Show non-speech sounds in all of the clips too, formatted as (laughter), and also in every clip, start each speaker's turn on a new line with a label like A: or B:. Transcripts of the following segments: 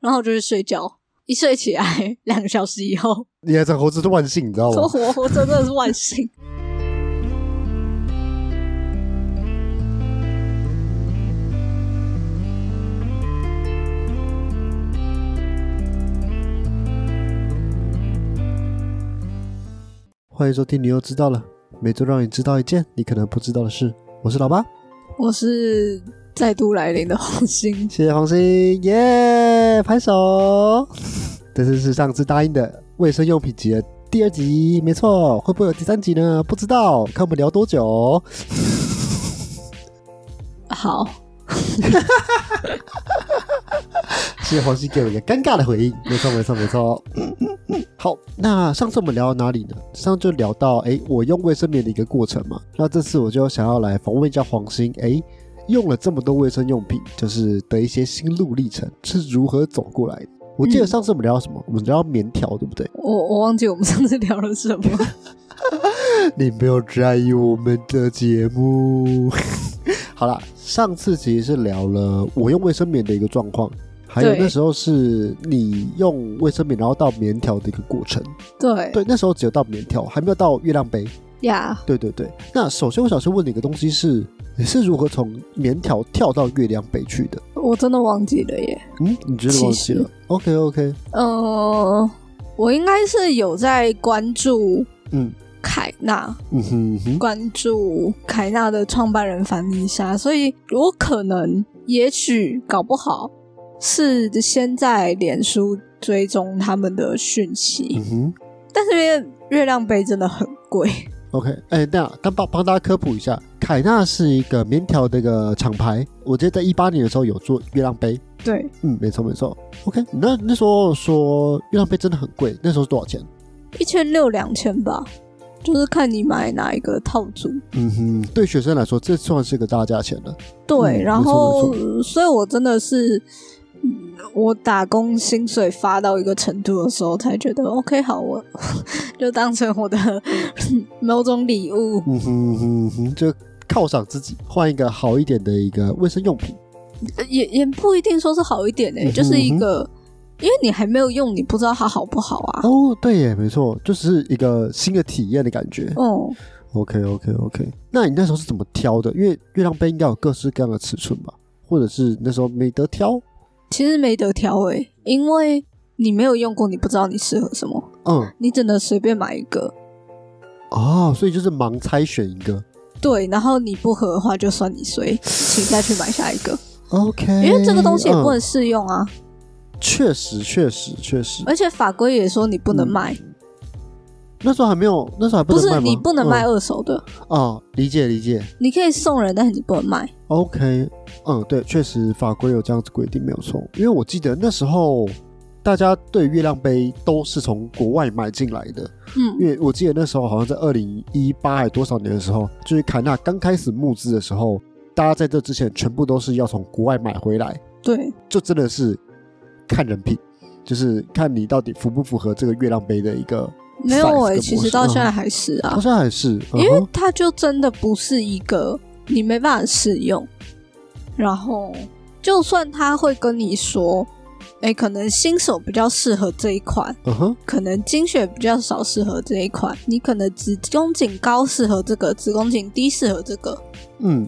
A: 然后我就去睡觉，一睡起来 (laughs) 两个小时以后，
B: 你还在猴子的万幸，你知道
A: 说 (laughs)
B: 吗？
A: 活活真的是万幸。
B: 欢迎收听，你又知道了，每周让你知道一件你可能不知道的事。我是老八，
A: (laughs) 我是再度来临的红星，
B: 谢谢黄鑫，耶、拍手。 (laughs) 这次是上次答应的卫生用品集的第二集，没错，会不会有第三集呢？不知道，看我们聊多久。哦
A: 好，
B: (laughs) 谢谢黄鑫给我一个尴尬的回应， (laughs) 没错，没错，没错。好，那上次我们聊到哪里呢？上次就聊到，哎，我用卫生棉的一个过程嘛。那这次我就想要来访问一下黄鑫，哎，用了这么多卫生用品，就是的一些心路历程是如何走过来的？我记得
A: 嗯
B: 上次我们聊到什么？我们聊到棉条，对不对？
A: 我我忘记我们上次聊了什么。
B: 你不要在意我们的节目。 (laughs) 好啦，上次其实是聊了我用卫生棉的一个状况，还有
A: 对
B: 那时候是你用卫生棉然后到棉条的一个过程。
A: (laughs) 对
B: 对，那时候只有到棉条，还没有到月亮杯。
A: 呀
B: 对对对。那首先我想先问你一个东西是，你是如何从棉条跳到月亮杯去的？
A: 我真的忘记了耶。
B: 嗯，你真的
A: 其
B: 忘记
A: 实
B: 了？OK OK，
A: 呃，我应该是有在关注
B: 嗯
A: 凯纳，
B: 嗯哼嗯哼，
A: 关注凯纳的创办人凡妮莎，所以我可能、也许、搞不好是先在脸书追踪他们的讯息，
B: 嗯哼。
A: 但是因为月亮杯真的很贵，
B: OK，哎、那但帮帮大家科普一下，凯纳是一个棉条的一个厂牌，我记得在一八年的时候有做月亮杯，
A: 对，
B: 嗯，没错没错。OK，那那时候说月亮杯真的很贵，那时候是多少钱？
A: 一千六两千吧，就是看你买哪一个套组。
B: 嗯哼，对学生来说这算是个大价钱了。
A: 对，
B: 嗯
A: 然
B: 没错
A: 后
B: 没
A: 所以我真的是。嗯我打工薪水发到一个程度的时候，才觉得 OK，好，我 (laughs) 就当成我的 (laughs) 某种礼物。
B: 嗯哼嗯哼嗯哼，就犒赏自己，换一个好一点的一个卫生用品。
A: 呃也也不一定说是好一点呢、
B: 嗯哼
A: 就是一个，因为你还没有用，你不知道它好不好啊。
B: 哦，对耶，没错，就只是一个新的体验的感觉。
A: 嗯，
B: OK OK OK，那你那时候是怎么挑的？因为月亮杯应该有各式各样的尺寸吧，或者是那时候没得挑？
A: 其实没得挑诶、因为你没有用过，你不知道你适合什么，
B: 嗯，
A: 你只能随便买一个。
B: 哦，所以就是盲猜选一个。
A: 对，然后你不合的话，就算你
B: (laughs)
A: 随，请再去买下一个，
B: OK，
A: 因为这个东西也不能
B: 嗯
A: 试用啊，
B: 确实，确实，确实。
A: 而且法规也说你不能卖，
B: 那时候还没有，那时候还
A: 不
B: 嗯能卖
A: 是
B: 吗
A: 你不能卖
B: 嗯
A: 二手的，
B: 哦，理解理解。
A: 你可以送人，但是你不能卖。
B: OK，嗯，对，确实法规有这样子规定，没有错。因为我记得那时候大家对月亮杯都是从国外买进来的，因
A: 嗯，
B: 为我记得那时候好像在二零一八还多少年的时候，就是凯纳刚开始募资的时候，大家在这之前全部都是要从国外买回来。
A: 对，
B: 就真的是看人品，就是看你到底符不符合这个月亮杯的一个 size
A: 没有
B: 跟模
A: 诶、
B: 式。
A: 其实到现在
B: 嗯
A: 还是啊
B: 好，像还是，
A: 因
B: 嗯
A: 为
B: 哼
A: 它就真的不是一个你没办法试用，然后就算他会跟你说，哎、可能新手比较适合这一款，
B: 嗯哼，
A: 可能经血比较少适合这一款，你可能子宫颈高适合这个，子宫颈低适合这个，
B: 嗯，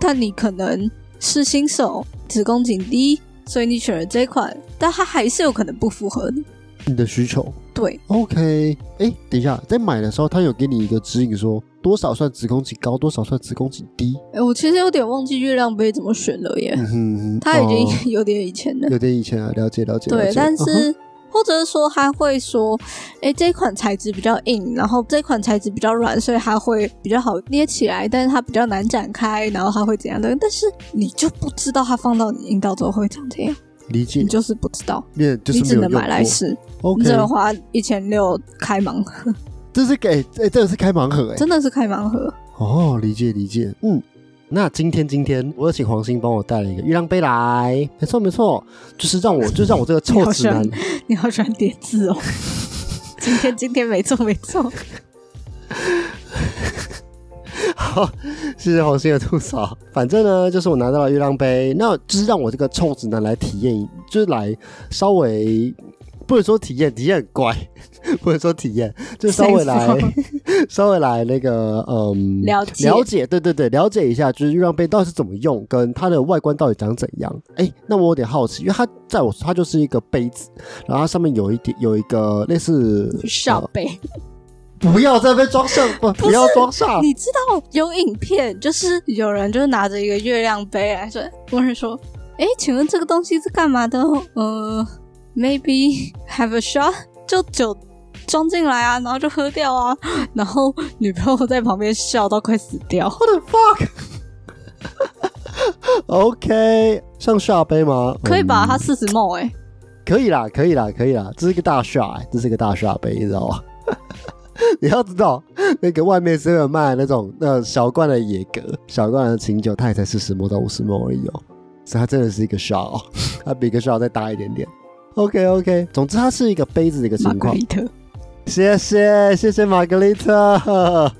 A: 但你可能是新手，子宫颈低，所以你选了这一款，但它还是有可能不符合你。
B: 你的需求
A: 对，
B: ，OK。哎，等一下，在买的时候，他有给你一个指引说，多少算子宫颈高，多少算子宫颈低。
A: 哎、我其实有点忘记月亮杯怎么选了耶，
B: 嗯哼，嗯哼
A: 它已
B: 哦
A: 经 (laughs) 有点以前了。
B: 有点以前啊，了解了解。了
A: 对，
B: 解
A: 但
B: 嗯哼
A: 是、或者是说他会说，哎、这一款材质比较硬，然后这款材质比较软，所以它会比较好捏起来，但是它比较难展开，然后它会怎样的？但是你就不知道它放到你阴道之后会长怎样，
B: 理解
A: 你，就是不知道，
B: 因为就
A: 你
B: 是
A: 只
B: 没有
A: 能
B: 用
A: 买来
B: 过。
A: 试，你
B: OK，
A: 只能花一千六开盲盒，
B: 这是给哎，这个是开盲盒哎。
A: 真的是开盲盒。
B: 哦，理解理解，嗯。那今天今天，我有请黄鑫帮我带了一个月亮杯来，没错没错，就是
A: (laughs)
B: 让我就让我这个臭
A: 好
B: 直男
A: 像，你好喜欢叠字哦。 (laughs) 今天今天没错没错，
B: 好， (laughs) 谢谢红心的吐槽。反正呢，就是我拿到了月亮杯，那就是让我这个臭直男来体验，就是来稍微不能说体验，体验很怪， (laughs) 不能说体验，就稍微来
A: 谁
B: (laughs) 稍微来那个嗯
A: 了解
B: 了解，对对对，了解一下，就是月亮杯到底是怎么用，跟它的外观到底长怎样。哎，那我有点好奇，因为它在我它就是一个杯子，然后它上面有一点有一个类似呃
A: 少杯，
B: 不要在那边装傻，不不要装傻，
A: 你知道有影片，就是有人就拿着一个月亮杯来说，问人说：“哎，请问这个东西是干嘛的？”呃，maybe have a shot，就酒装进来啊，然后就喝掉啊， (laughs) 然后女朋友在旁边笑到快死掉。
B: What the fuck？OK，上下杯吗？
A: 可以吧？
B: 嗯
A: 他四十梦哎，
B: 可以啦，可以啦，可以啦，这是一个大下、欸，这是一个大下杯，你知道吗？ (laughs) 你要知道，那个外面是有卖那种那小罐的野格、小罐的清酒，它也才四十沫到五十沫而已哦，所以它真的是一个 s 哦， (laughs) 它比一个 s 再大一点点。OK OK，总之它是一个杯子的一个
A: 玛
B: 情
A: 格
B: 况
A: 丽。特，
B: 谢谢谢谢玛格丽特，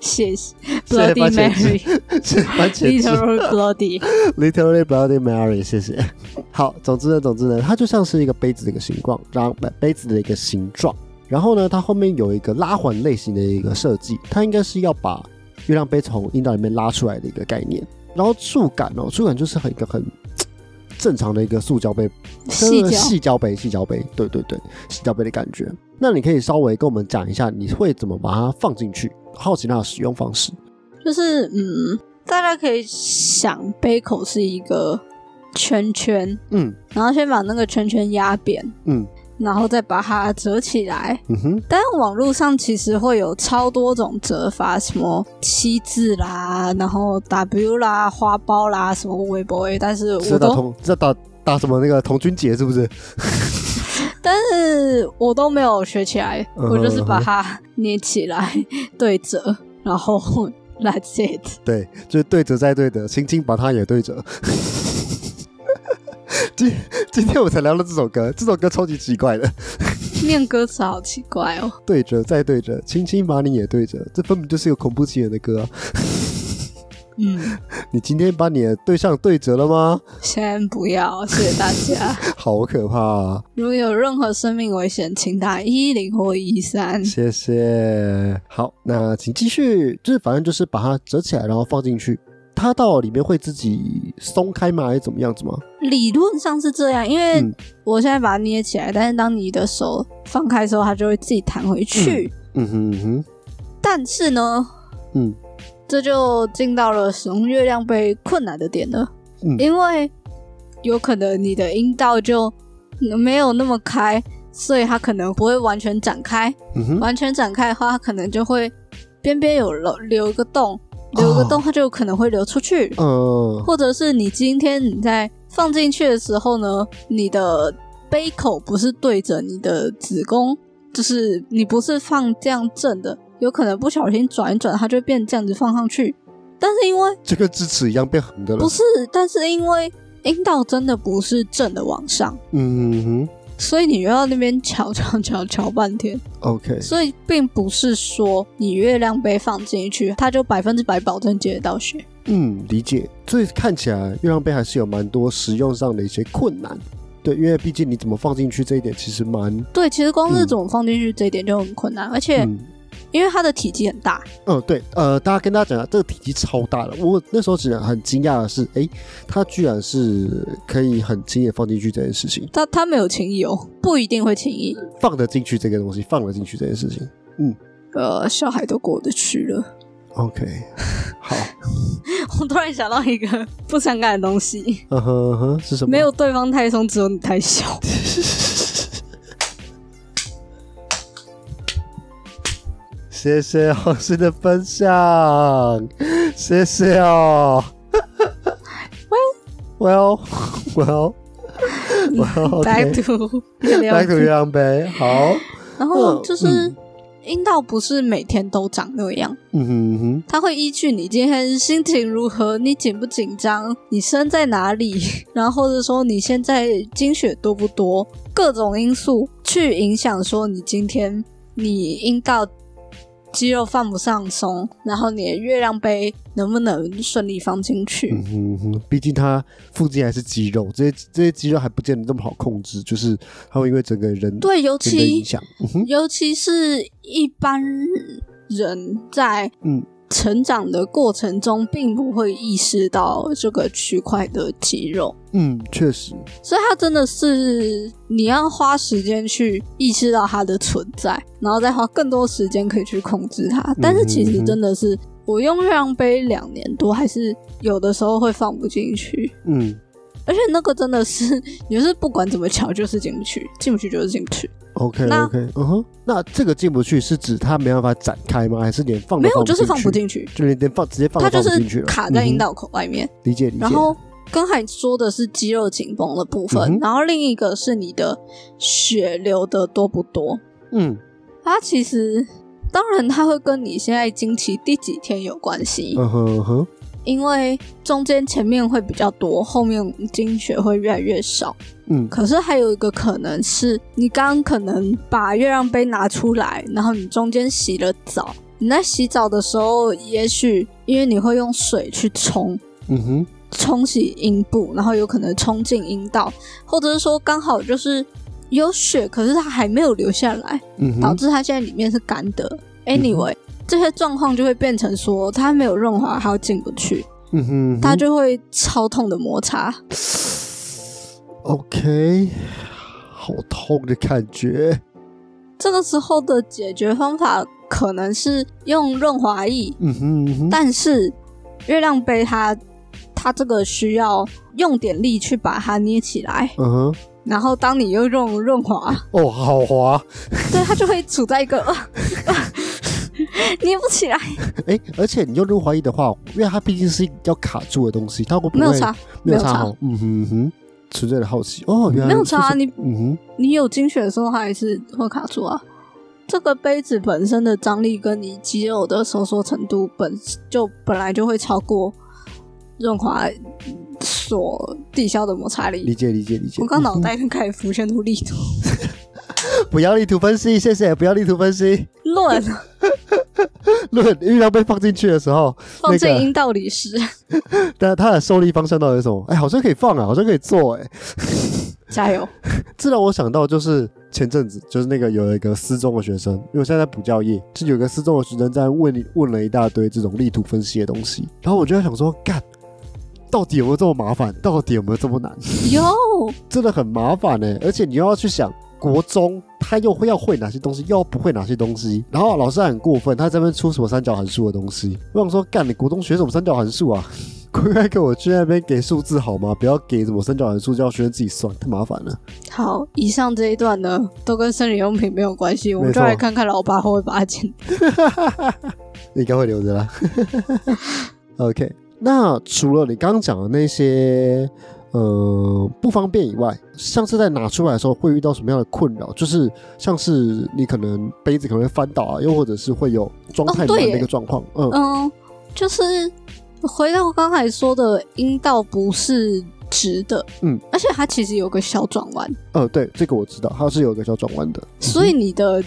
A: 谢谢
B: 谢谢
A: Bloody
B: 番茄汁
A: Mary，Little
B: 是番茄汁。
A: Bloody，
B: (laughs) Literally Bloody Mary，谢谢。 (laughs) 好，总之呢，总之呢，它就像是一个杯子的一个形状，然后呃杯子的一个形状。然后呢，它后面有一个拉环类型的一个设计，它应该是要把月亮杯从阴道里面拉出来的一个概念。然后触感哦，触感就是很一个很正常的一个塑胶杯
A: 细
B: 就是
A: 脚
B: 细胶杯，细胶杯，对对对，细胶杯的感觉。那你可以稍微跟我们讲一下，你会怎么把它放进去？好奇它的使用方式。
A: 就是嗯，大家可以想杯口是一个圈圈，
B: 嗯
A: 然后先把那个圈圈压扁，
B: 嗯
A: 然后再把它折起来。
B: 嗯哼，
A: 但网络上其实会有超多种折法，什么七字啦，然后 W 啦、花苞啦，什么微博 A，但是
B: 是
A: 我
B: 打
A: 都
B: 同这打打什么那个童军节是不 (laughs) 是？
A: 但是我都没有学起来，
B: 嗯哼
A: 我就是把它捏起来对折，然后 that's it。
B: (laughs) 对，就是对折再对折，轻轻把它也对折。 (laughs) 今今天我才聊到这首歌，这首歌超级奇怪的，
A: 念歌词好奇怪哦。
B: 对折再对折，轻轻把你也对折，这分明就是一个恐怖情人的歌、啊。
A: 嗯，
B: 你今天把你的对象对折了吗？ (laughs)
A: 先不要，谢谢大家。
B: 好可怕啊！
A: 如果有任何生命危险，请打一零或一三。
B: 谢谢。好，那请继续，就是反正就是把它折起来，然后放进去。它到里面会自己松开吗？还是怎么样子吗？
A: 理论上是这样，因为
B: 嗯
A: 我现在把它捏起来，但是当你的手放开的时候，它就会自己弹回去。
B: 嗯哼嗯哼，
A: 但是呢，
B: 嗯，
A: 这就进到了使用月亮杯困难的点了，
B: 嗯
A: 因为有可能你的阴道就没有那么开，所以它可能不会完全展开。
B: 嗯哼。
A: 完全展开的话，它可能就会边边有留留一个洞，留一
B: 哦
A: 个洞，它就有可能会流出去。
B: 呃，
A: 或者是你今天你在放进去的时候呢，你的杯口不是对着你的子宫，就是你不是放这样正的，有可能不小心转一转，它就变这样子放上去。但是因为
B: 就跟智齿一样变横的了
A: 不。是，但是因为阴道真的不是正的往上，
B: 嗯哼
A: 所以你又要那边瞧瞧瞧瞧半天。
B: ，OK，
A: 所以并不是说你月亮杯放进去，它就百分之百保证解得到血。
B: 嗯，理解。所以看起来月亮杯还是有蛮多实用上的一些困难。对，因为毕竟你怎么放进去这一点其实蛮……
A: 对，其实光
B: 嗯
A: 是怎么放进去这一点就很困难，而且
B: 嗯，
A: 因为它的体积很大，
B: 呃，对，呃，大家跟大家讲一下，这个体积超大的。我那时候只很惊讶的是，诶，它居然是可以很轻易地放进去这件事情，
A: 它它没有轻易哦，不一定会轻易。
B: 放得进去这个东西，放得进去这件事情。
A: 呃，小孩都过得去了。
B: OK，好，
A: (laughs) 我突然想到一个 (laughs) 不相干的东西，
B: 嗯哼嗯哼，是什么？
A: 没有对方太松，只有你太小。
B: 谢谢老师的分享，谢谢哦。Well, well, well,
A: Back
B: OK. (laughs)
A: to 月亮
B: Back to
A: 杯
B: 月亮杯，好，
A: 然后
B: 嗯
A: 就是
B: 嗯
A: 阴道不是每天都长那样。
B: 嗯哼哼，
A: 它会依据你今天心情如何，你紧不紧张，你身在哪里， (laughs) 然后或者说你现在经血多不多，各种因素去影响说你今天你阴道肌肉放不上松，然后你的月亮杯能不能顺利放进去？
B: 嗯哼哼，毕竟它附近还是肌肉，这些这些肌肉还不见得那么好控制，就是它会因为整个人
A: 对，尤
B: 整个影
A: 其
B: 响。嗯哼，
A: 尤其是一般人在
B: 嗯
A: 成长的过程中，并不会意识到这个区块的肌肉，
B: 嗯，确实，
A: 所以它真的是你要花时间去意识到它的存在，然后再花更多时间可以去控制
B: 嗯
A: 它。但是其实真的是。我用月亮杯两年多，还是有的时候会放不进去，
B: 嗯。
A: 而且那个真的是，你就是不管怎么瞧，就是进不去，进不去就是进不去。
B: OK
A: 那
B: OK，嗯哼，那这个进不去是指它没办法展开吗？还是连放
A: 没
B: 都
A: 有，就是放
B: 放
A: 不
B: 进去，
A: 进去，
B: 就连连放直接放
A: 它
B: 都
A: 就
B: 放不
A: 是
B: 进去了，
A: 卡在引
B: 嗯哼
A: 导口外面。
B: 理解理解。
A: 然后刚才说的是肌肉紧绷的部分，
B: 嗯哼
A: 然后另一个是你的血流的多不多。
B: 嗯，
A: 它其实当然它会跟你现在经期第几天有关系，
B: 嗯哼嗯哼，
A: 因为中间前面会比较多，后面经血会越来越少。
B: 嗯
A: 可是还有一个可能是，你刚刚可能把月亮杯拿出来，然后你中间洗了澡，你在洗澡的时候，也许因为你会用水去冲。
B: 嗯哼，
A: 冲洗阴部，然后有可能冲进阴道，或者是说刚好就是有血，可是它还没有流下来，
B: 嗯
A: 导
B: 哼，
A: 致它现在里面是干的。Anyway，、这些状况就会变成说它没有润滑，它进不去，
B: 嗯哼，
A: 它就会超痛的摩擦。
B: OK，好痛的感觉。
A: 这个时候的解决方法可能是用润滑液，
B: 嗯哼嗯哼，
A: 但是月亮杯它它这个需要用点力去把它捏起来，
B: 嗯哼，
A: 然后当你又用润
B: (laughs)
A: 滑。
B: 哦，好滑。
A: 对他就会处在一个、 (laughs) 呃呃、捏不起来，
B: 哎，而且你用润滑液的话，因为它毕竟是要卡住的东西，它会不会
A: 没有差，
B: 没有
A: 没有
B: 差
A: 差
B: 哦？嗯哼嗯哼，纯粹的好奇哦，原来
A: 没有
B: 是
A: 差啊！
B: 这
A: 你
B: 嗯哼，
A: 你有经血的时候，它还是会卡住啊。这个杯子本身的张力跟你肌肉的收缩程度本就本来就会超过润滑所抵消的摩擦
B: 理
A: 力。
B: 解理解理解。
A: 我刚
B: 嗯
A: 脑
B: 哼
A: 袋就开始浮现出力度
B: (laughs) 不要力图分析，谢谢，不要力图分析。
A: 论
B: 论月亮被放进去的时候，
A: 放进
B: 那个
A: 阴道里时，
B: 但它的受力方向到底是什么？哎、好像可以放啊，好像可以做哎、
A: 加
B: (laughs)
A: 油！
B: 这让我想到就是前阵子就是那个有一个失踪的学生，因为我现在在补教业，就有一个失踪的学生在问你问了一大堆这种力图分析的东西，然后我就在想说，干，到底有没有这么麻烦？到底有没有这么难？
A: 有
B: 真的很麻烦呢、欸而且你又要去想国中他又会要会哪些东西，又要不会哪些东西，然后老师还很欸过分，他在那边出什么三角函数的东西，我想说，干你国中学什么三角函数啊？ (laughs) 乖乖给我去那边给数字好吗？不要给什么三角函数，叫学生自己算，太麻烦了。
A: 好，以上这一段呢都跟生理用品没有关系，我们
B: 没
A: 就
B: 错
A: 来看看老爸会不会把它剪
B: 应该会留着啦。OK，那除了你刚刚讲的那些呃不方便以外，像是在拿出来的时候会遇到什么样的困扰？就是像是你可能杯子可能会翻倒啊，又或者是会有装
A: 哦
B: 太满
A: 对耶
B: 的一个状况。嗯
A: 嗯，就是回到刚才说的，阴道不是直的，
B: 嗯，
A: 而且它其实有个小转弯，
B: 呃，对，这个我知道，它是有一个叫转弯的
A: 所以你的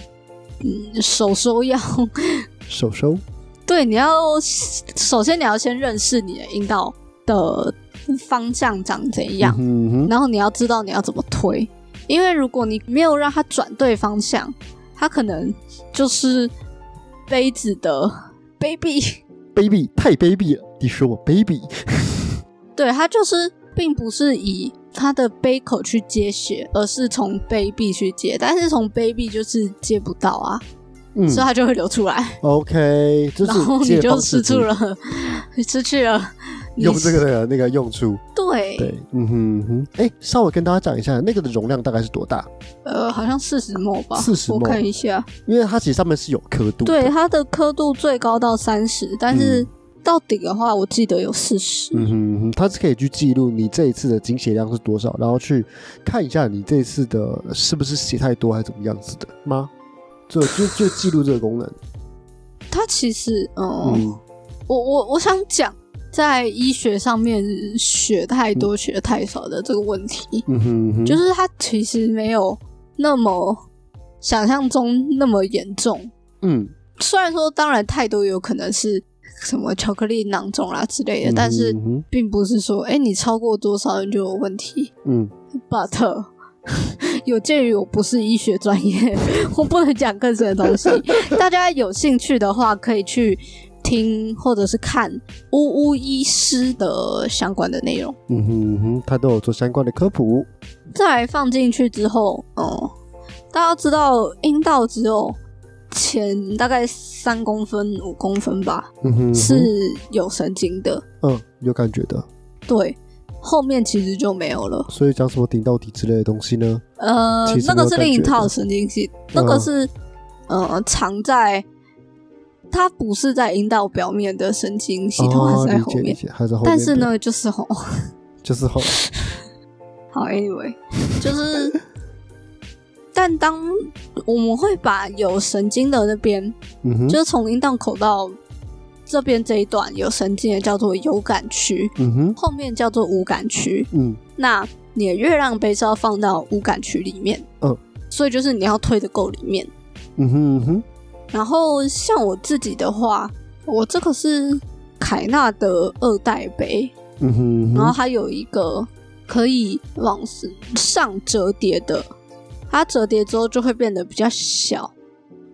A: 嗯手收要
B: 手收。
A: 对，你要首先你要先认识你的阴道的方向长怎样，
B: 嗯哼，
A: 然后你要知道你要怎么推，因为如果你没有让它转对方向，它可能就是杯子的 baby。
B: baby 太卑鄙了，你说我 baby？
A: 对，它就是并不是以它的杯口去接血，而是从杯壁去接，但是从杯壁就是接不到啊，
B: 嗯
A: 所以它就会流出来，
B: ，OK，就
A: 然后
B: 是
A: 你
B: 借
A: 就
B: 方式
A: 失去了，失去了你
B: 用这个的那个用处。
A: 对，
B: 对，嗯哼嗯哼，哎、稍微跟大家讲一下，那个的容量大概是多大？
A: 呃，好像四十墨吧，
B: 40
A: 我
B: ml
A: 看一下，
B: 因为它其实上面是有刻度的。
A: 对，，它的刻度最高到三十，但是
B: 嗯
A: 到顶的话，我记得有四十、
B: 嗯哼嗯哼，它是可以去记录你这一次的经血量是多少，然后去看一下你这一次的是不是血太多还是怎么样子的吗？就就就记录这个功能。
A: 它其实，嗯
B: 嗯
A: 我我我想讲，在医学上面，血太多、血太少的这个问题，
B: 嗯哼嗯哼，
A: 就是是它其实没有那么想象中那么严重。
B: 嗯
A: 虽然说当然太多有可能是什么巧克力囊肿啦之类的，但是
B: 嗯哼
A: 并不是说哎、诶你超过多少你就有问题。
B: 嗯，
A: But (laughs) 有鉴于我不是医学专业， (laughs) 我不能讲更深的
B: (laughs)
A: 东西。大家有兴趣的话，可以去听或者是看呜呜医师的相关的内容。
B: 嗯哼嗯哼，他都有做相关的科普。
A: 再放进去之后，哦、大家知道阴道只有前大概三公分、五公分吧，
B: 嗯哼，
A: 是有神经的，
B: 嗯，有感觉的。
A: 对，后面其实就没有了。
B: 所以讲什么顶到底之类的东西呢？
A: 呃
B: 其，实
A: 那
B: 没
A: 个
B: 有
A: 是
B: 感
A: 另一
B: 觉的
A: 套神经系，那个
B: 嗯
A: 是、呃藏在，它不是在阴道表面的神经系统，还
B: 哦，
A: 是在
B: 理
A: 后
B: 解理
A: 面。
B: 解，还在后面。
A: 但是，呢，就是吼，
B: 就是后，
A: 好，anyway，就是， (laughs) 但当我们会把有神经的那边，
B: 嗯哼，
A: 就是从阴道口到这边这一段有神经的叫做有感区，
B: 嗯哼，
A: 后面叫做无感区。
B: 嗯
A: 那你的月亮杯是要放到无感区里面，
B: 嗯，
A: 所以就是你要推的够里面。
B: 嗯哼嗯哼，
A: 然后像我自己的话，我这个是凯纳的二代杯，
B: 嗯哼嗯
A: 然后
B: 哼，
A: 它有一个可以往上折叠的，它折叠之后就会变得比较小，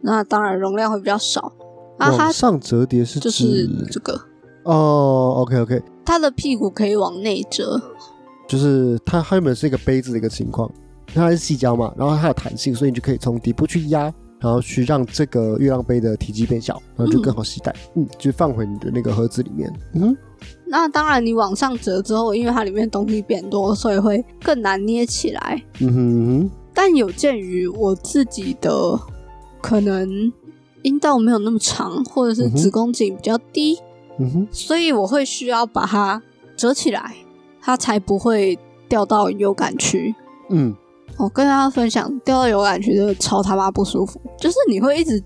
A: 那当然容量会比较少。啊，它
B: 往上折叠是
A: 就
B: 指
A: 是这个，
B: 哦，OK OK，
A: 它的屁股可以往内折，
B: 就是它它原本是一个杯子的一个情况，它是细胶嘛，然后它有弹性，所以你就可以从底部去压，然后去让这个月亮杯的体积变小，然后就更好携带，嗯，就放回你的那个盒子里面，嗯哼，
A: 那当然，你往上折之后，因为它里面东西变多，所以会更难捏起来。
B: 嗯哼嗯
A: 但有鉴于我自己的可能阴道没有那么长，或者是
B: 嗯哼
A: 子宫颈比较低，
B: 哼嗯哼，
A: 所以我会需要把它折起来，它才不会掉到有感区。
B: 嗯，
A: 我跟大家分享，掉到有感区真的超他妈不舒服，就是你会一直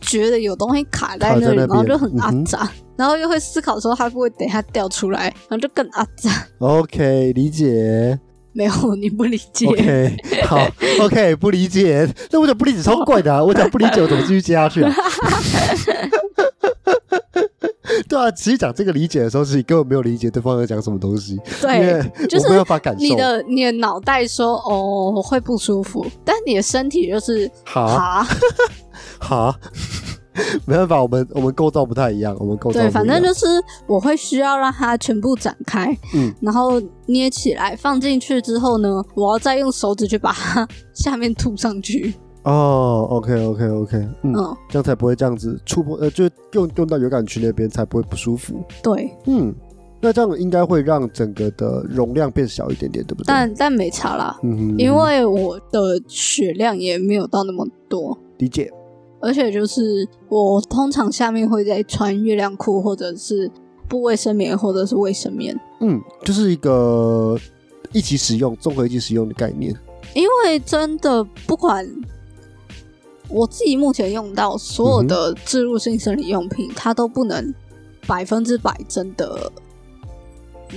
A: 觉得有东西卡在那里，
B: 卡在那边
A: 然后就很阿
B: 嗯哼
A: 杂，然后又会思考说它会不会等一下掉出来，然后就更阿杂。 (laughs)
B: OK，理解。
A: 没有，你不理解。
B: OK，好，OK，不理解。那我讲不理解超
A: (laughs)
B: 怪的、啊，我讲不理解，我怎么继续接下去啊？ (laughs) 对啊，其实讲这个理解的时候，是你根本没有理解对方在讲什么东西，因
A: (laughs) 对，
B: 为
A: 就是
B: 我没有办法感受。
A: 你的你的脑袋说哦我会不舒服，但你的身体就是
B: 哈哈， (laughs) 没办法，我们我们构造不太一样，我们构造
A: 对，反正
B: 就
A: 就是我会需要让它全部展开，
B: 嗯，
A: 然后捏起来放进去之后呢，我要再用手指去把它 (laughs) 下面吐上去，
B: 哦，OK OK OK，嗯，
A: 嗯，
B: 这样才不会这样子触碰，呃，就用用到有感区那边才不会不舒服。
A: 对，
B: 嗯，那这样应该会让整个的容量变小一点点，对不对？
A: 但但没差啦，
B: 嗯哼，
A: 因为我的血量也没有到那么多。
B: 理解，
A: 而且就是我通常下面会再穿月亮裤，或者是不卫生棉，或者是卫生棉，
B: 嗯，就是一个一起使用、综合一起使用的概念。
A: 因为真的不管我自己目前用到所有的植入性生理用品，它都不能百分之百真的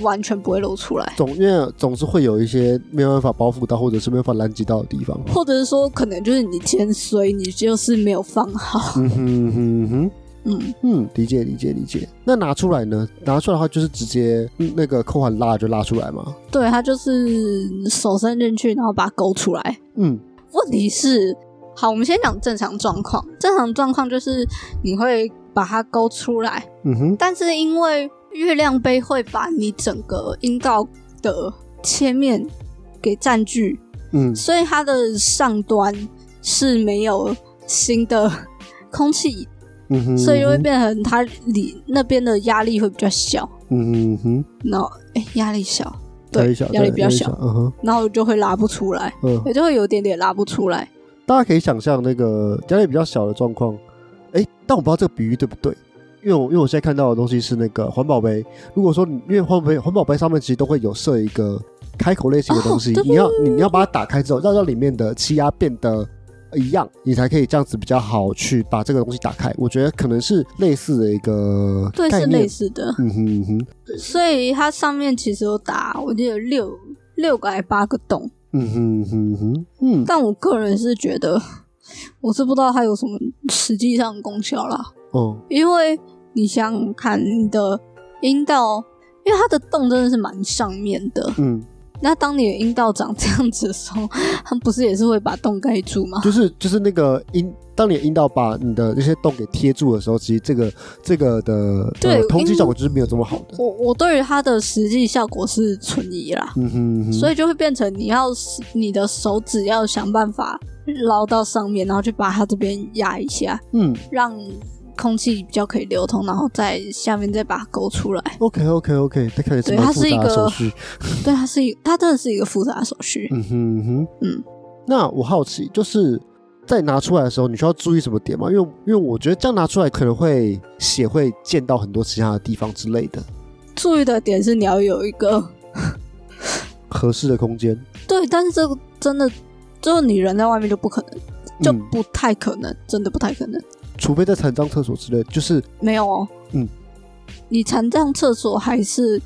A: 完全不会露出来，
B: 总因为总是会有一些没有办法包覆到，或者是没有办法拦截到的地方。
A: 或者是说可能就是你尖衰，你就是没有放好，
B: 嗯哼嗯哼嗯哼，
A: 嗯，
B: 嗯，理解理解理解。那拿出来呢？拿出来的话就是直接、嗯那个扣环拉就拉出来嘛。
A: 对，它就是手伸进去，然后把它勾出来。
B: 嗯
A: 问题是，好，我们先讲正常状况，正常状况就是你会把它勾出来，
B: 嗯哼
A: 但是因为月亮杯会把你整个阴道的切面给占据，
B: 嗯
A: 所以它的上端是没有新的空气，
B: 嗯哼，
A: 所以就会变成它里那边的压力会比较小，
B: 嗯哼嗯哼，
A: 然后哎压力小，
B: 压
A: 对
B: 力小，
A: 压力比较
B: 对
A: 小，
B: 嗯哼
A: 然后就会拉不出来，
B: 嗯。
A: 也就会有点点拉不出来。
B: 大家可以想象那个家里比较小的状况，哎、但我不知道这个比喻对不对，因为我因为我现在看到的东西是那个环保杯。如果说你因为环保杯环保杯上面其实都会有设一个开口类型的东西，
A: 哦对
B: 你要你要把它打开之后，让让里面的气压变得一样，你才可以这样子比较好去把这个东西打开。我觉得可能是类似的一个
A: 对，
B: 概
A: 是类
B: 念，
A: 似的，
B: 嗯哼嗯哼
A: 所以它上面其实有打，我记得六六个还八个洞，
B: 嗯哼嗯哼嗯哼嗯
A: 但我个人是觉得我是不知道它有什么实际上的功效啦。
B: 嗯，
A: 因为你想想看，你的阴道，因为它的洞真的是蛮上面的，
B: 嗯，
A: 那当你的阴道长这样子的时候，它不是也是会把洞盖住吗？
B: (laughs) 就是就是那个阴，当你的阴道把你的那些洞给贴住的时候，其实这个这个的呃
A: 对
B: 通气
A: 阴
B: 效果就是没有这么好的。
A: 我我对于它的实际效果是存疑啦，
B: 嗯哼嗯哼，
A: 所
B: 以
A: 以就会变成你要是你的手指要想办法捞到上面，然后去把它这边压一下，
B: 嗯
A: 让空气比较可以流通，然后在下面再把它勾出来。
B: ，OK OK OK，它看起来是
A: 对
B: 蛮
A: 它
B: 复
A: 是一
B: 杂的
A: 个
B: 手续。
A: 对，它是一，它真的是一个复杂的手续。
B: 嗯哼嗯哼，
A: 嗯。
B: 那我好奇，就是在拿出来的时候，你需要注意什么点吗？因为因为我觉得这样拿出来可能会血会溅到很多其他的地方之类的，
A: 注意的点是你要有一个
B: 合适的空间。
A: 对，但是这个真的，就是你人在外面就不可能，就
B: 嗯
A: 不太可能，真的不太可能。
B: 除非在残障厕所之类的，就是
A: 没有哦，
B: 嗯，
A: 你残障厕所还是，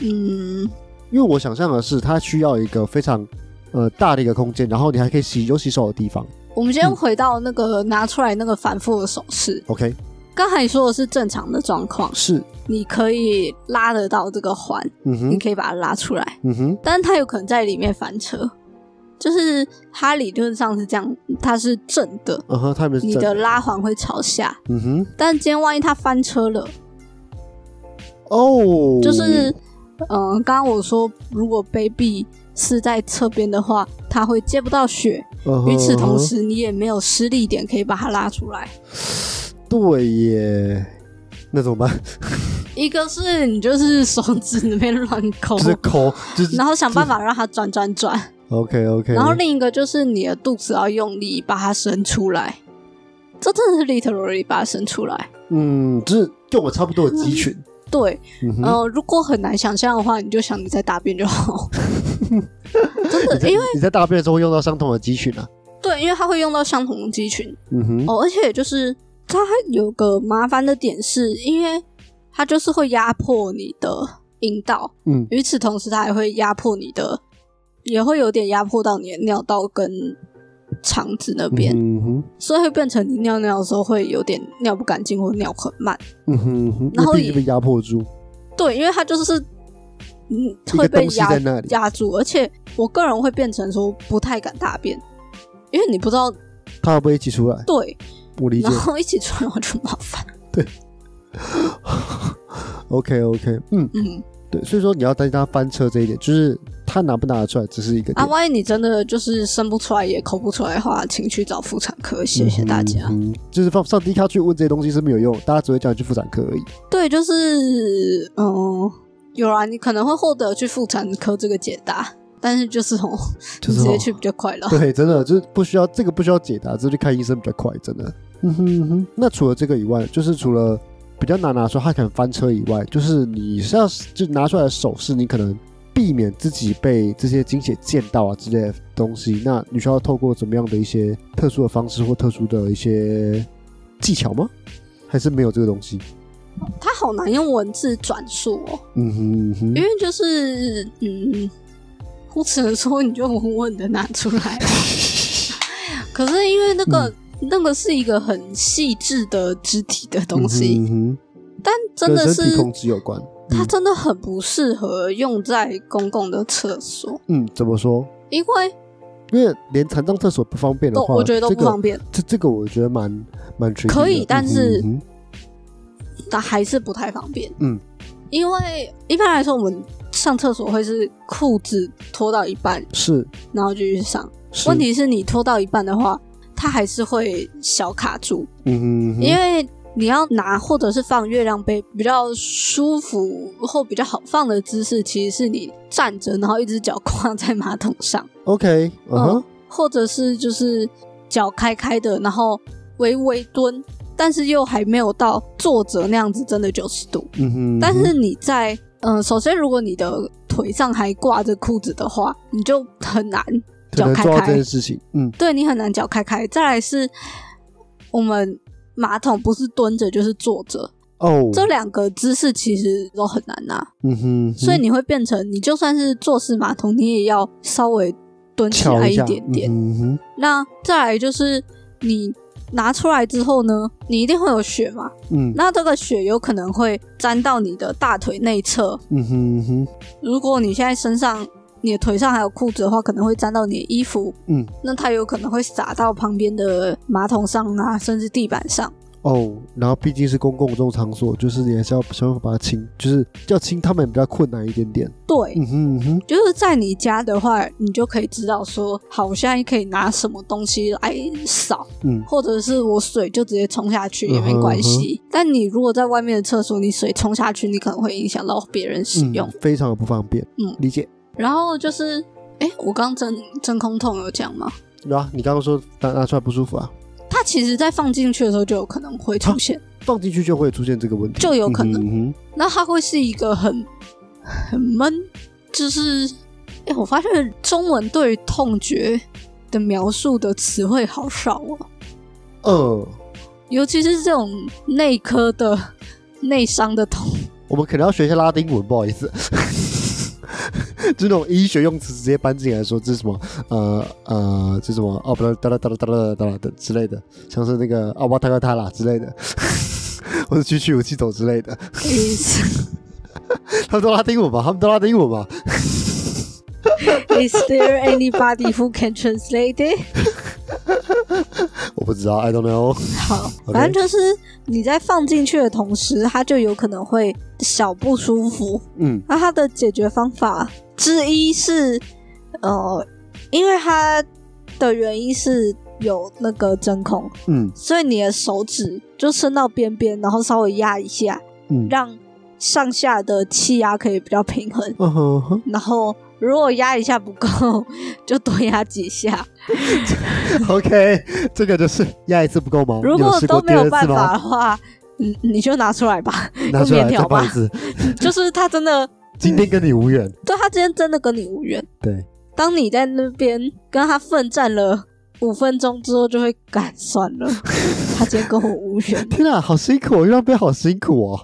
A: 嗯，
B: 因为我想象的是，它需要一个非常呃大的一个空间，然后你还可以洗有洗手的地方。
A: 我们先
B: 嗯
A: 回到那个拿出来那个反复的手势。
B: OK，
A: 刚才你说的是正常的状况，
B: 是，
A: 你可以拉得到这个环，
B: 嗯
A: 你
B: 哼，
A: 可以把它拉出来，
B: 嗯哼，
A: 但是它有可能在里面翻车。就是它理论上是这样，它是正的，
B: 嗯哼，他们是
A: 你
B: 正
A: 的，拉环会朝下，
B: 嗯哼，
A: 但今天万一它翻车了，
B: 哦，
A: 就是，嗯，刚刚我说，如果杯壁是在侧边的话，它会接不到血。
B: 嗯哼
A: 与此同，时，你也没有施力点可以把它拉出来。
B: 对耶，那怎么办？
A: 哦一个是你就是手指那边乱抠
B: 就，是抠，就是
A: 然后想办法让它转转转。
B: OK OK，
A: 然后另一个就是你的肚子要用力把它伸出来，这真的是 literally 把它伸出来。
B: 嗯，就是用我差不多的肌群，啊
A: 对，
B: 嗯哼，
A: 呃，如果很难想象的话，你就想你在大便就
B: (laughs)
A: 好。真的，因为
B: 你在大便的时候会用到相同的肌群啊，
A: 对，因为它会用到相同的肌群，
B: 嗯哼，
A: 哦，而且就是它有个麻烦的点是，因为它就是会压迫你的阴道，
B: 嗯
A: 与此同时它还会压迫你的，也会有点压迫到你的尿道跟肠子那边，
B: 嗯哼，
A: 所以会变成你尿尿的时候会有点尿不干净或尿很慢。
B: 嗯哼，嗯哼
A: 然后
B: 因为毕竟
A: 也
B: 被压迫住，
A: 对，因为它就是嗯
B: 一
A: 会
B: 个
A: 被
B: 东西
A: 压
B: 在那里
A: 压住，而且我个人会变成说不太敢大便，因为你不知道
B: 它会不会一起出来？
A: 对，
B: 我理解
A: 然后一起出来我就麻
B: (laughs)
A: 烦，
B: ，OK OK，嗯，
A: 嗯。
B: 对，所以说你要担心它翻车这一点，就是它拿不拿得出来，只是一个
A: 啊，
B: 点。
A: 万一你真的就是生不出来也抠不出来的话，请去找妇产科。谢谢大家。
B: 嗯哼就是放上 D 卡去问这些东西是没有用，大家只会叫你去妇产科而已。
A: 对，就是嗯，有啊，你可能会获得去妇产科这个解答，但是就是哦，
B: 就是
A: 你直
B: 哦
A: 接去比较快了。
B: 对，真的就是不需要这个不需要解答，这去看医生比较快，真的。嗯哼嗯哼。那除了这个以外，就是除了比较难拿出它可能翻车以外，就是你是要就拿出来的手势，你可能避免自己被这些精血溅到啊之类的东西。那你需要透过怎么样的一些特殊的方式或特殊的一些技巧吗？还是没有这个东西？
A: 它好难用文字转述哦，
B: 嗯哼嗯哼
A: 因。为就是嗯，我只能说你就稳稳的拿出来。啊可是因为那个、
B: 嗯
A: 那个是一个很细致的肢体的东西，
B: 嗯哼嗯
A: 但
B: 哼
A: 真的
B: 跟身体
A: 是
B: 控嗯制有关。
A: 它真的很不适合用在公共的厕所，
B: 嗯，怎么说？
A: 因为
B: 因为连残障厕所不方便的
A: 都
B: 话，
A: 我觉得都
B: 这
A: 不
B: 个
A: 方便，
B: 这这个我觉得蛮蛮 tricky 的
A: 可以但是
B: 嗯哼
A: 但还是不太方便。
B: 嗯，
A: 因为一般来说我们上厕所会是裤子脱到一半，
B: 是
A: 然后就去上。
B: 是
A: 问，题是你脱到一半的话，它还是会小卡住，
B: 嗯哼嗯哼
A: 因为。你要拿或者是放月亮杯比较舒服或比较好放的姿势，其实是你站着，然后一只脚跨在马桶上，
B: OK，嗯哼，
A: 或者是就是脚开开的，然后微微蹲，但是又还没有到坐着那样子真的九十度。
B: 嗯哼，
A: 但
B: 嗯
A: 是你在嗯、呃首先如果你的腿上还挂着裤子的话，你就很难
B: 哼很
A: 脚
B: 难
A: 开
B: 做到这
A: 开
B: 件，事情，嗯
A: 对你很难脚开开。再来是我们马桶不是蹲着就是坐着，
B: 哦，
A: 这两个姿势其实都很难拿，
B: 嗯哼，
A: 所以你会变成你就算是坐式马桶，你也要稍微蹲起
B: 翘
A: 来
B: 一下，
A: 点点。
B: 嗯哼，
A: 那再来就是你拿出来之后呢，你一定会有血嘛？
B: 嗯
A: 那这个血有可能会沾到你的大腿内侧。
B: 嗯哼嗯哼，
A: 如果你现在身上、你的腿上还有裤子的话，可能会沾到你的衣服。
B: 嗯，
A: 那它有可能会洒到旁边的马桶上啊，甚至地板上。
B: 哦，然后毕竟是公共这种场所，就是你还是要想办法把它清，就是要清他们比较困难一点点。
A: 对，
B: 嗯哼嗯哼，
A: 就是在你家的话，你就可以知道说，好，我现在可以拿什么东西来扫，
B: 嗯
A: 或者是我水就直接冲下去也没关系。但你如果在外面的厕所，你水冲下去，你可能会影响到别人使用。
B: 嗯，非常的不方便。
A: 嗯
B: 理解。
A: 然后就是，哎、我刚真真空桶有讲吗？
B: 对啊，你刚刚说拿拿出来不舒服啊，
A: 它其实在放进去的时候就有可能会出现，
B: 放进去就会出现这个问题，
A: 就有可能
B: 嗯哼
A: 那它会是一个很很闷，就是，哎、我发现中文对于痛觉的描述的词汇好少哦、
B: 嗯哼呃，
A: 尤其是这种内科的内伤的痛，
B: 我们可能要学一下拉丁文，不好意思。 (laughs) 这种医学用词直接搬进来说，这是什么？呃呃，这是什么？哦，不啦，哒啦哒啦哒啦哒啦的之类的，像是那个奥巴塔克塔啦之类的， (laughs) 或者去去武器走之类的，
A: 意思
B: 他们都拉丁文吧？他们都拉丁文吧？
A: Is there anybody who can translate it？
B: 我不知道，I don't know。
A: 好，反正就是你在放进去的同时，它就有可能会小不舒服。
B: 嗯
A: 那它的解决方法之一是，呃，因为它的原因是有那个针孔，
B: 嗯
A: 所以你的手指就伸到边边，然后稍微压一下，
B: 嗯，
A: 让上下的气压可以比较平衡。
B: 嗯哼哼，
A: 然后如果压一下不够， (laughs) 就多压几下。
B: OK，这个就是压一次不够吗？
A: 如
B: 哦你有
A: 果
B: 试
A: 都
B: 过
A: 没
B: 第二
A: 有办
B: 次
A: 法
B: 吗？
A: 的话，嗯，你就拿出来吧。 (laughs)
B: 拿出
A: 用
B: 来
A: 棉
B: 再
A: 条吧
B: 放一次。
A: 就是他真的，
B: 今天跟你无缘。
A: 对他今天真的跟你无缘。
B: 对，
A: 当你在那边跟他奋战了五分钟之后，就会感算了，他今天跟我无
B: (laughs)
A: 缘。
B: 天啊，好辛苦、哦，月亮杯好辛苦哦。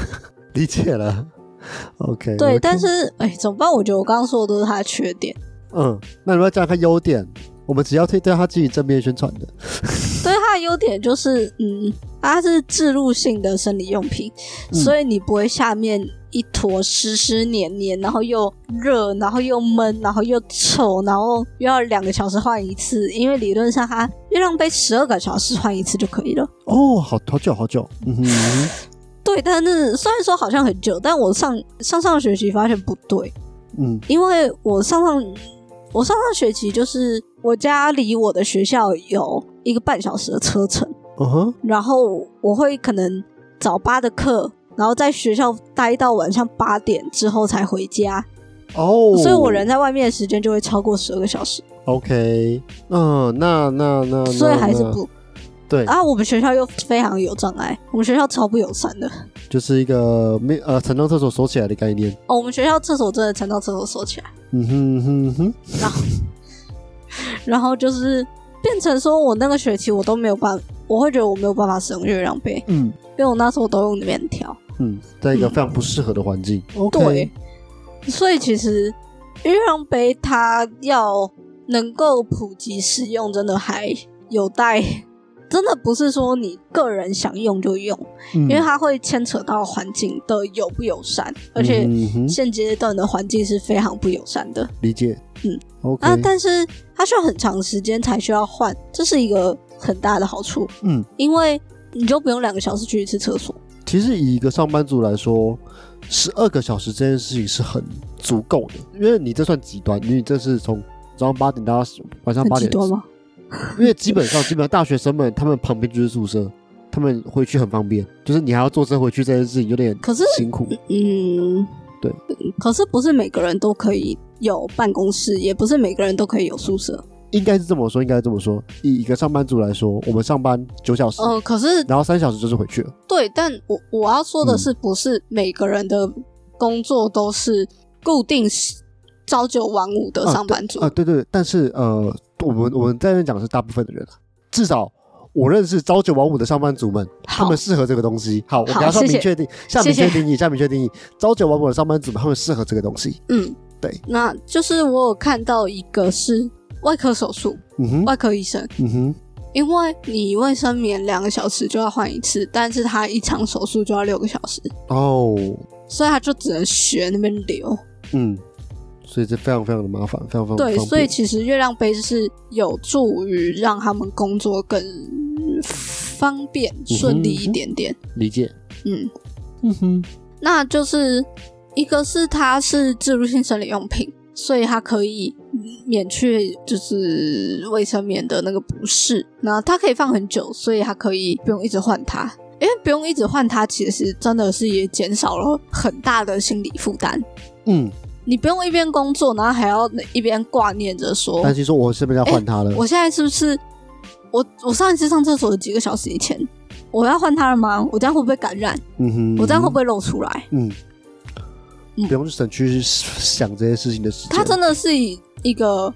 B: (laughs) 理解了。OK，
A: 对，
B: OK
A: 但是哎，怎么办？我觉得我刚刚说的都是他的缺点，
B: 嗯，那你们要讲他优点，我们只要对对他进行正面宣传的。
A: 对他的优点就是，嗯，它是置入性的生理用品，
B: 嗯
A: 所以你不会下面一坨湿湿黏黏，然后又热，然后又闷，然后又臭，然后又要两个小时换一次，因为理论上它月亮杯十二个小时换一次就可以了。
B: 哦，好好久好久，嗯哼，
A: 对，但是虽然说好像很久，但我上上上学期发现不对，
B: 嗯
A: 因为我上上我上上学期就是我家离我的学校有一个半小时的车程。
B: 嗯哼，
A: 然后我会可能早八的课，然后在学校待到晚上八点之后才回家，
B: 哦，
A: 所以我人在外面的时间就会超过十二个小时，
B: OK，嗯，那那那，那
A: 所以还是
B: 那
A: 不
B: 对，
A: 啊。我们学校又非常有障碍，我们学校超不友善的。
B: 就是一个没呃，城中厕所锁起来的概念。
A: 哦，我们学校厕所真的缠到厕所锁起来，
B: 嗯哼嗯哼嗯哼，
A: 然后就是变成说我那个学期我都没有办，我会觉得我没有办法使用月亮杯，
B: 嗯
A: 因为我那时候都用棉条。
B: 嗯，在一个非常不适合的环境。OK，
A: 对，所以其实月亮杯它要能够普及使用，真的还有待，真的不是说你个人想用就用，
B: 因
A: 因为它会牵扯到环境的友不友善，而且
B: 嗯哼
A: 现阶段的环境是非常不友善的
B: 理解，
A: 嗯
B: ，OK，
A: 啊。但是它需要很长时间才需要换，这是一个很大的好处，
B: 嗯，
A: 因为你就不用两个小时去一次厕所。
B: 其实以一个上班族来说，十二个小时这件事情是很足够的，因为你这算极端，因为你这是从早上八点到晚上
A: 很
B: 八
A: 极
B: 点，
A: 端吗？
B: 因为基本上基本上大学生们他们旁边就是宿舍，他们回去很方便，就是你还要坐车回去这件事情有点
A: 可是
B: 辛苦，
A: 嗯，
B: 对。
A: 可是不是每个人都可以有办公室，也不是每个人都可以有宿舍。
B: 应该是这么说，应该是这么说。以一个上班族来说，我们上班九小时，
A: 呃，可是
B: 然后嗯三小时就是回去了，
A: 对，但我我要说的是，不是每个人的工作都是固定时朝九晚五的上班族。
B: 啊，对对，对但是呃，我们我们在那讲的是大部分的人啊，至少我认识朝九晚五的上班族们，他
A: 好
B: 们，适合这个东西。好，我给
A: 好
B: 他下
A: 谢谢
B: 明确定，下明
A: 谢
B: 确
A: 谢
B: 定义，下明确定义，朝九晚五的上班族们他们适合这个东西。
A: 嗯，
B: 对，
A: 那就是我有看到一个是外科手术，
B: 嗯哼，
A: 外科医生，
B: 嗯哼，
A: 因为你卫生棉两个小时就要换一次，但是他一场手术就要六个小时，
B: 哦，
A: 所以他就只能学那边流。
B: 嗯，所以这非常非常的麻烦，非常非常
A: 对，
B: 方
A: 所以
B: 便。
A: 其实月亮杯就是有助于让他们工作更方便
B: 嗯
A: 顺利一点点。
B: 理解，
A: 嗯，
B: 嗯哼，
A: 那就是一个是它是植入性生理用品，所以它可以免去就是卫生棉的那个不适。那它可以放很久，所以它可以不用一直换它。因为不用一直换它，其实真的是也减少了很大的心理负担。
B: 嗯，
A: 你不用一边工作，然后还要一边挂念着说
B: 担心说我是不是要换它了？
A: 哎我现在是不是我我上一次上厕所的几个小时以前，我要换它了吗？我这样会不会感染？
B: 嗯哼，
A: 我这样会不
B: 会？
A: 会漏出来？
B: 嗯，
A: 嗯
B: 不用省去想这些事情的时间。
A: 它真的是以一个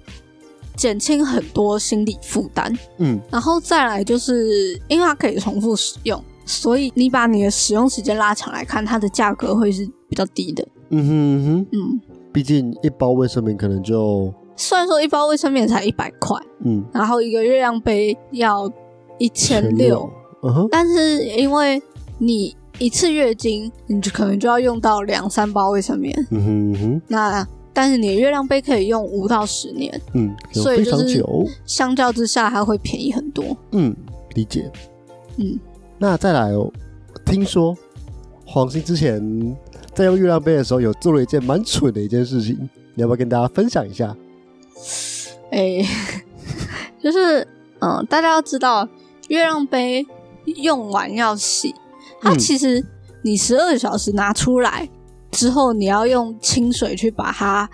A: 减轻很多心理负担，
B: 嗯
A: 然后再来就是因为它可以重复使用，所以你把你的使用时间拉长来看，它的价格会是比较低的。
B: 嗯哼嗯哼，
A: 嗯，
B: 毕竟一包卫生棉可能就
A: 虽然说一包卫生棉才一百块，
B: 嗯
A: 然后一个月亮杯要一千六。，
B: 嗯哼，
A: 但是因为你一次月经，你就可能就要用到两三包卫生棉。
B: 嗯哼嗯哼，
A: 那但是你的月亮杯可以用五到十年，
B: 嗯，有
A: 所以
B: 非
A: 就
B: 常
A: 是
B: 久，
A: 相较之下它会便宜很多。
B: 嗯，理解。
A: 嗯，
B: 那再来哦，听说黄鑫之前在用月亮杯的时候，有做了一件蛮蠢的一件事情，你要不要跟大家分享一下？
A: 哎、 (laughs) 就是嗯、呃大家要知道，月亮杯用完要洗，它
B: 嗯
A: 其实你十二小时拿出来之后，你要用清水去把它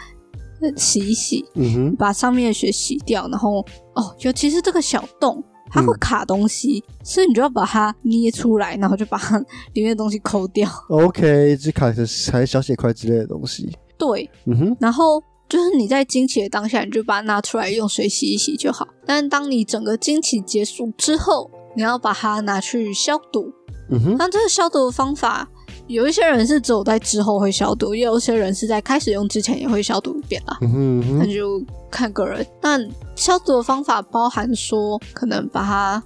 A: 呃洗一洗。
B: 嗯哼，
A: 把上面的血洗掉，然后哦，尤其是这个小洞，它会卡东西，所以你就要把它捏出来，然后就把 (laughs) 它里面的东西抠掉。
B: OK，只卡成还小血块之类的东西。
A: 对，
B: 嗯哼，
A: 然后就是你在经期的当下，你就把它拿出来用水洗一洗就好。但是当你整个经期结束之后，你要把它拿去消毒。
B: 嗯哼，
A: 那这个消毒的方法，有一些人是只有在之后会消毒，也有一些人是在开始用之前也会消毒一遍啦。
B: 嗯哼，嗯
A: 那
B: 哼，
A: 就看个人。那消毒的方法包含说，可能把它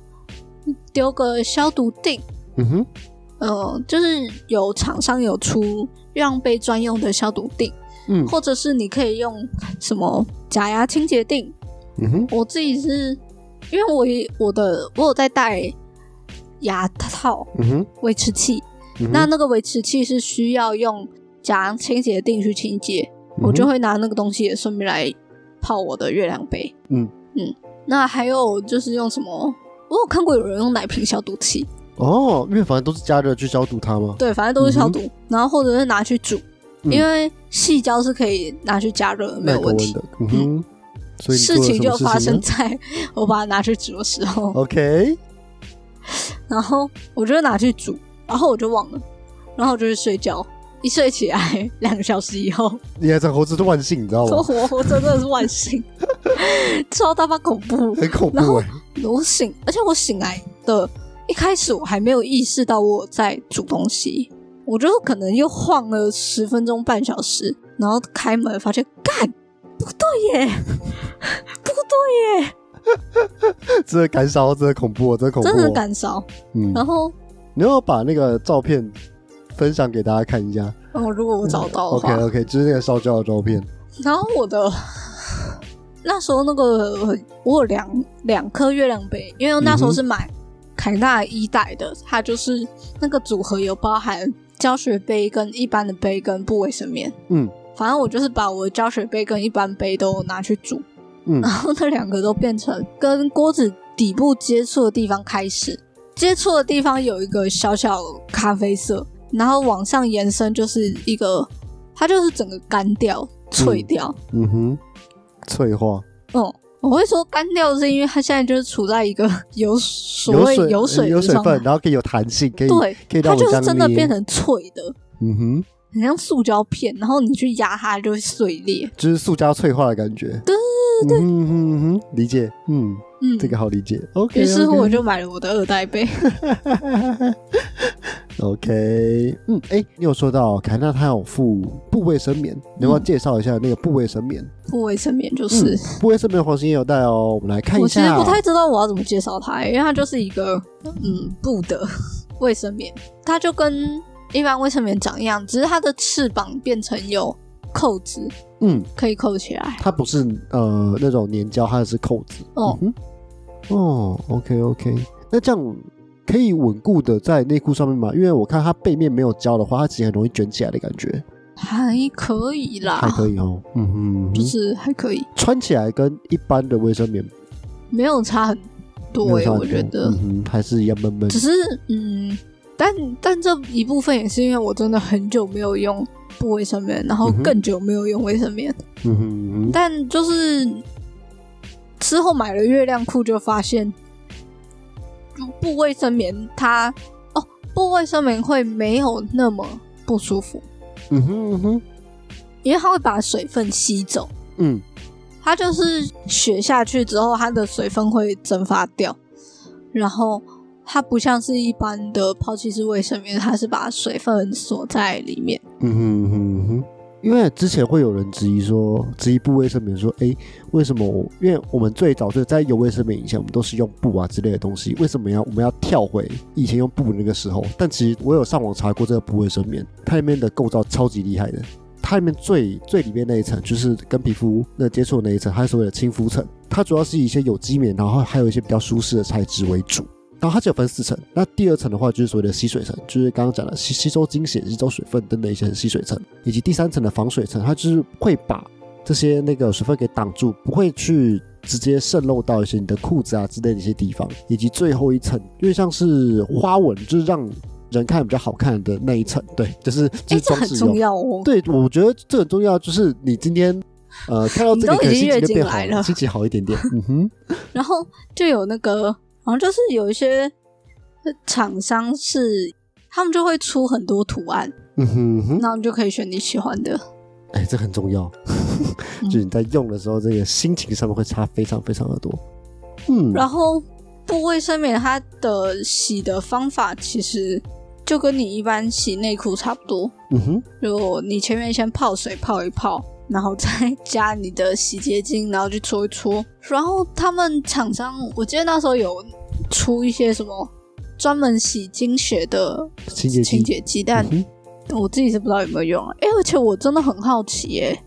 A: 丢个消毒锭，
B: 嗯哼，
A: 呃，就是有厂商有出让杯专用的消毒锭，
B: 嗯
A: 或者是你可以用什么假牙清洁锭。
B: 嗯哼，
A: 我自己是因为我也我的我有在戴牙套
B: 嗯哼，
A: 维持器，
B: 嗯哼
A: 那那个维持器是需要用假牙清洁锭去清洁，我
B: 嗯
A: 就，会拿那个东西也顺便来泡我的月亮杯。
B: 嗯
A: 嗯，那还有就是用什么？我有看过有人用奶瓶消毒器，
B: 哦，因为反正都是加热去消毒它嘛。
A: 对，反正都是消毒，然后或者是拿去煮，
B: 嗯
A: 因为细胶是可以拿去加热的，没有
B: 麦克
A: 问
B: 温
A: 题。
B: 的，嗯哼，所以你做
A: 事
B: 了什
A: 情
B: 么
A: 就
B: 事
A: 发生
B: 呢哦
A: 在我把它拿去煮的时候，
B: OK，
A: 然后我就拿去煮，然后我就忘了，然后我就去睡觉。一睡起来，两个小时以后，
B: 你还长猴子的万幸，你知道
A: 说 (laughs)
B: 吗？
A: 我我真的是万
B: (laughs)
A: 幸，超他妈恐怖。
B: 很恐
A: 然
B: 怖
A: 后
B: 哎。
A: 我醒，而且我醒来的呃一开始我还没有意识到我在煮东西，我就可能又晃了十分钟半小时，然后开门发现干不对耶， (laughs)
B: 真的干烧，真的恐怖哦，真的恐怖哦。
A: 真的感烧。
B: 嗯，
A: 然后
B: 你要不要把那个照片分享给大家看一下。
A: 哦，如果我找到的
B: OK
A: 话，
B: OK，就是那个烧焦的照片。
A: 然后我的 (laughs) 那时候那个我有两两颗月亮杯，因为那时候
B: 嗯
A: 是买凯纳一代的，它就是那个组合有包含胶水杯跟一般的杯跟不卫生棉。
B: 嗯
A: 反正我就是把我的胶水杯跟一般杯都拿去煮， (laughs)
B: 嗯
A: 然后那两个都变成跟锅子底部接触的地方开始，接触的地方有一个小小咖啡色，然后往上延伸就是一个，它就是整个干掉、脆掉。
B: 嗯哼，脆化
A: 嗯我会说干掉是因为它现在就是处在一个 (laughs) 有所谓
B: 水
A: 有
B: 有
A: 水
B: 有
A: 的
B: 水
A: 状态
B: 分，，然后可以有弹性，可以
A: 对
B: 可以让
A: 它
B: 我
A: 就
B: 这
A: 是
B: 样
A: 真的
B: 捏
A: 变成脆的，
B: 嗯哼，
A: 很像塑胶片，然后你去压它它就会碎裂。
B: 就是塑胶脆化的感觉。对对对，嗯哼嗯哼，理解，嗯，
A: 嗯，
B: 这个好理解。OK，
A: 于是乎我就买了我的二代杯。
B: OK，嗯，哎、你有说到凯纳他有附布卫生棉，
A: 嗯
B: 你要不要介绍一下那个布卫生棉？
A: 不卫生棉就是。
B: 布卫生棉黄金也有带哦，我们来嗯看一
A: 我其实
B: 下。
A: 不太知道我要怎么介绍它，因为它就是一个嗯布的卫生棉，它就跟一般卫生棉长一样，只是它的翅膀变成有扣子
B: 嗯，
A: 可以扣起来。
B: 它不是呃那种粘胶，它是扣子。
A: 哦，
B: 嗯哼、哦，OK OK，那这样可以稳固的在内裤上面吗？因为我看它背面没有胶的话，它其实很容易卷起来的感觉，
A: 还可以啦，
B: 还可以哦。嗯哼，
A: 啊就是还可以，
B: 穿起来跟一般的卫生棉
A: 没有差很多
B: 没有
A: 诶、
B: 差很
A: 我觉
B: 多
A: 得。
B: 嗯哼，还是一样闷闷
A: 只。是嗯，但但这一部分也是因为我真的很久没有用布卫生棉，然后
B: 嗯哼
A: 更久没有用卫生棉，
B: 嗯哼，
A: 但就是之后买了月亮裤，就发现布卫生棉它哦，布卫生棉会没有那么不舒服，
B: 嗯哼，嗯哼，
A: 因为它会把水分吸走。
B: 嗯，
A: 它就是雪下去之后，它的水分会蒸发掉，然后它不像是一般的抛弃式卫生棉，它是把水分锁在里面。
B: 嗯哼嗯哼嗯哼，因为之前会有人质疑说，质疑布卫生棉说，诶，为什么我？因为我们最早最在有卫生棉以前，我们都是用布啊之类的东西，为什么要我们要跳回以前用布的那个时候？但其实我有上网查过这个布卫生棉，它里面的构造超级厉害的。它里面最最里面那一层，就是跟皮肤那接触的那一层，它是所谓的亲肤层。它主要是以一些有机棉，然后还有一些比较舒适的材质为主。然后它只有分四层，那第二层的话就是所谓的吸水层，就是刚刚讲的吸吸收精血、吸收水分等等一些吸水层，以及第三层的防水层，它就是会把这些那个水分给挡住，不会去直接渗漏到一些你的裤子啊之类的一些地方，以及最后一层，因为像是花纹，就是让人看比较好看的那一层，对，就是就
A: 哎、这
B: 是装
A: 很
B: 饰用
A: 重。要哦。
B: 对，我觉得这很重要，就是你今天呃看到这个，
A: 你都
B: 可能
A: 已经
B: 心情
A: 月
B: 就
A: 经
B: 变好
A: 来了
B: 心情好一点点。嗯哼，
A: 然后就有那个，好像就是有一些厂商是他们就会出很多图案，
B: 嗯哼哼，
A: 那你就可以选你喜欢的。
B: 哎，这很重要，
A: 嗯
B: (laughs) 就是你在用的时候，这个心情上面会差非常非常的多。嗯，
A: 然后布卫生棉它的洗的方法其实就跟你一般洗内裤差不多，
B: 嗯哼，
A: 就你前面先泡水泡一泡，然后再加你的洗洁精，然后去搓一搓。然后他们厂商，我记得那时候有出一些什么专门洗精血的
B: 清洁剂
A: 清，洁剂，但
B: 嗯
A: 我自己是不知道有没有用、啊。哎、而且我真的很好奇耶、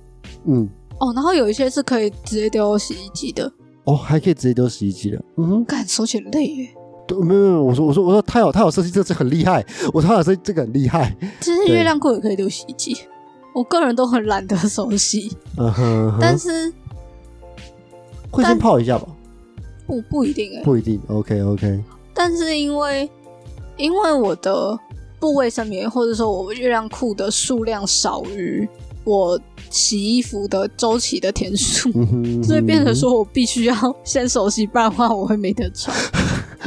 B: 哼嗯，
A: 哦，然后有一些是可以直接丢洗衣机的，
B: 哦，还可以直接丢洗衣机了。嗯哼，
A: 干手起来累耶、
B: 对，没有没有，我说我说我说他有他有设计，这这很厉害，我说他有设计这个很厉害。
A: 其实
B: 对
A: 月亮裤也可以丢洗衣机，我个人都很懒得手洗，
B: 嗯哼，嗯哼
A: 但是
B: 会先泡一下吧，
A: 不不一定哎、
B: 不一定。OK OK，
A: 但是因为因为我的部位上面，或者说我月亮裤的数量少于我洗衣服的周期的天数，
B: 嗯
A: (laughs)
B: 哼，
A: 所以变成说我必须要先手洗，不然的话我会没得穿。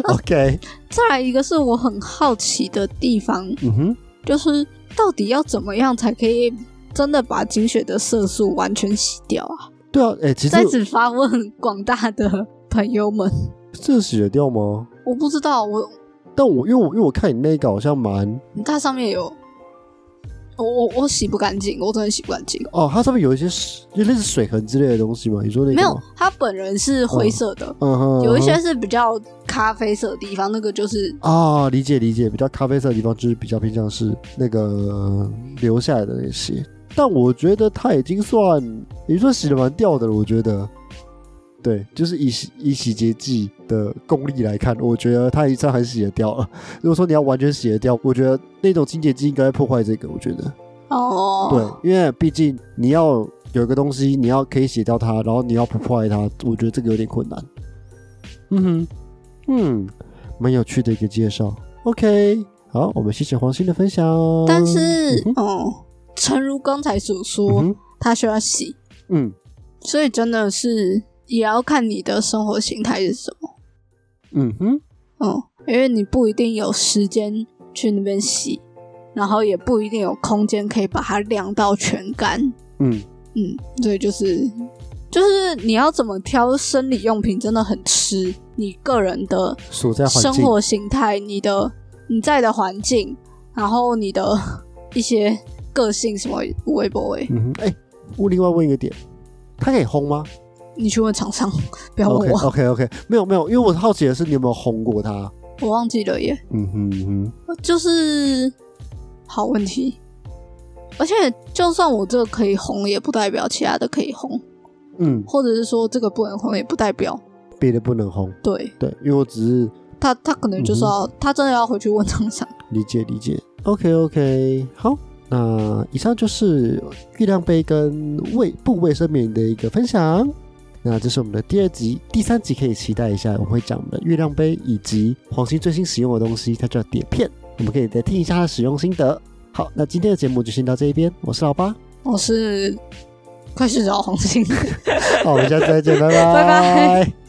B: OK，
A: 再来一个是我很好奇的地方，
B: 嗯哼，
A: 就是到底要怎么样才可以真的把精血的色素完全洗掉啊？
B: 对啊，哎，其实
A: 在此发问广大的朋友们，
B: 这洗得掉吗？
A: 我不知道我
B: 但我因为我因为我看你那个好像蛮
A: 它上面有，我我我洗不干净，我真的洗不干净。
B: 哦，它上面有一些水就类似水痕之类的东西嘛。你说那个
A: 没有
B: 吗，
A: 它本人是灰色的，
B: 嗯哼，
A: 有一些
B: 嗯哼
A: 是比较咖啡色的地方，那个就是
B: 啊，理解理解，比较咖啡色的地方就是比较偏向是那个呃留下来的那些。但我觉得它已经算，你说洗的蛮掉的了，我觉得。对，就是以洗以洗洁剂的功力来看，我觉得它已经算很洗得掉了。如果说你要完全洗得掉，我觉得那种清洁剂应该会破坏这个，我觉得。
A: 哦，
B: 对，因为毕竟你要有一个东西，你要可以洗掉它，然后你要不破坏它，我觉得这个有点困难。嗯哼，嗯，蛮有趣的一个介绍。OK，好，我们谢谢黄鑫的分享。
A: 但是
B: 嗯
A: 哦，诚如刚才所
B: 哼，
A: 说，
B: 嗯哼
A: 它需要洗，
B: 嗯
A: 所以真的是也要看你的生活形态是什么，
B: 嗯哼，
A: 嗯，因为你不一定有时间去那边洗，然后也不一定有空间可以把它晾到全干，
B: 嗯，
A: 嗯，对，就是就是你要怎么挑生理用品，真的很吃你个人的
B: 所在环
A: 生
B: 境，
A: 活形态、你的你在的环境，然后你的一些个性什么微博，哎，
B: 嗯哼，哎、我另外问一个点，它可以烘吗？
A: 你去问厂商，不要问
B: OK
A: 我
B: OK OK，没有没有，因为我好奇的是你有没有烘过它？
A: 我忘记了耶。
B: 嗯哼嗯
A: 就是好问题，而且就算我这个可以红，也不代表其他的可以红，
B: 哼，嗯，
A: 或者是说这个不能红，也不代表
B: 别的不能烘，
A: 对
B: 对，因为我只是
A: 他，他可能就是
B: 嗯
A: 要、他真的要回去问厂商。
B: 理解理解。OK OK，好，那以上就是月亮杯跟卫部卫生棉的一个分享。那这是我们的第二集，第三集可以期待一下，我们会讲我们的月亮杯以及黄鑫最新使用的东西，它叫碟片，我们可以再听一下它的使用心得。好，那今天的节目就先到这一边，我是老八，
A: 我哦是快去找红星。
B: 好，我们下次再见，拜
A: 拜拜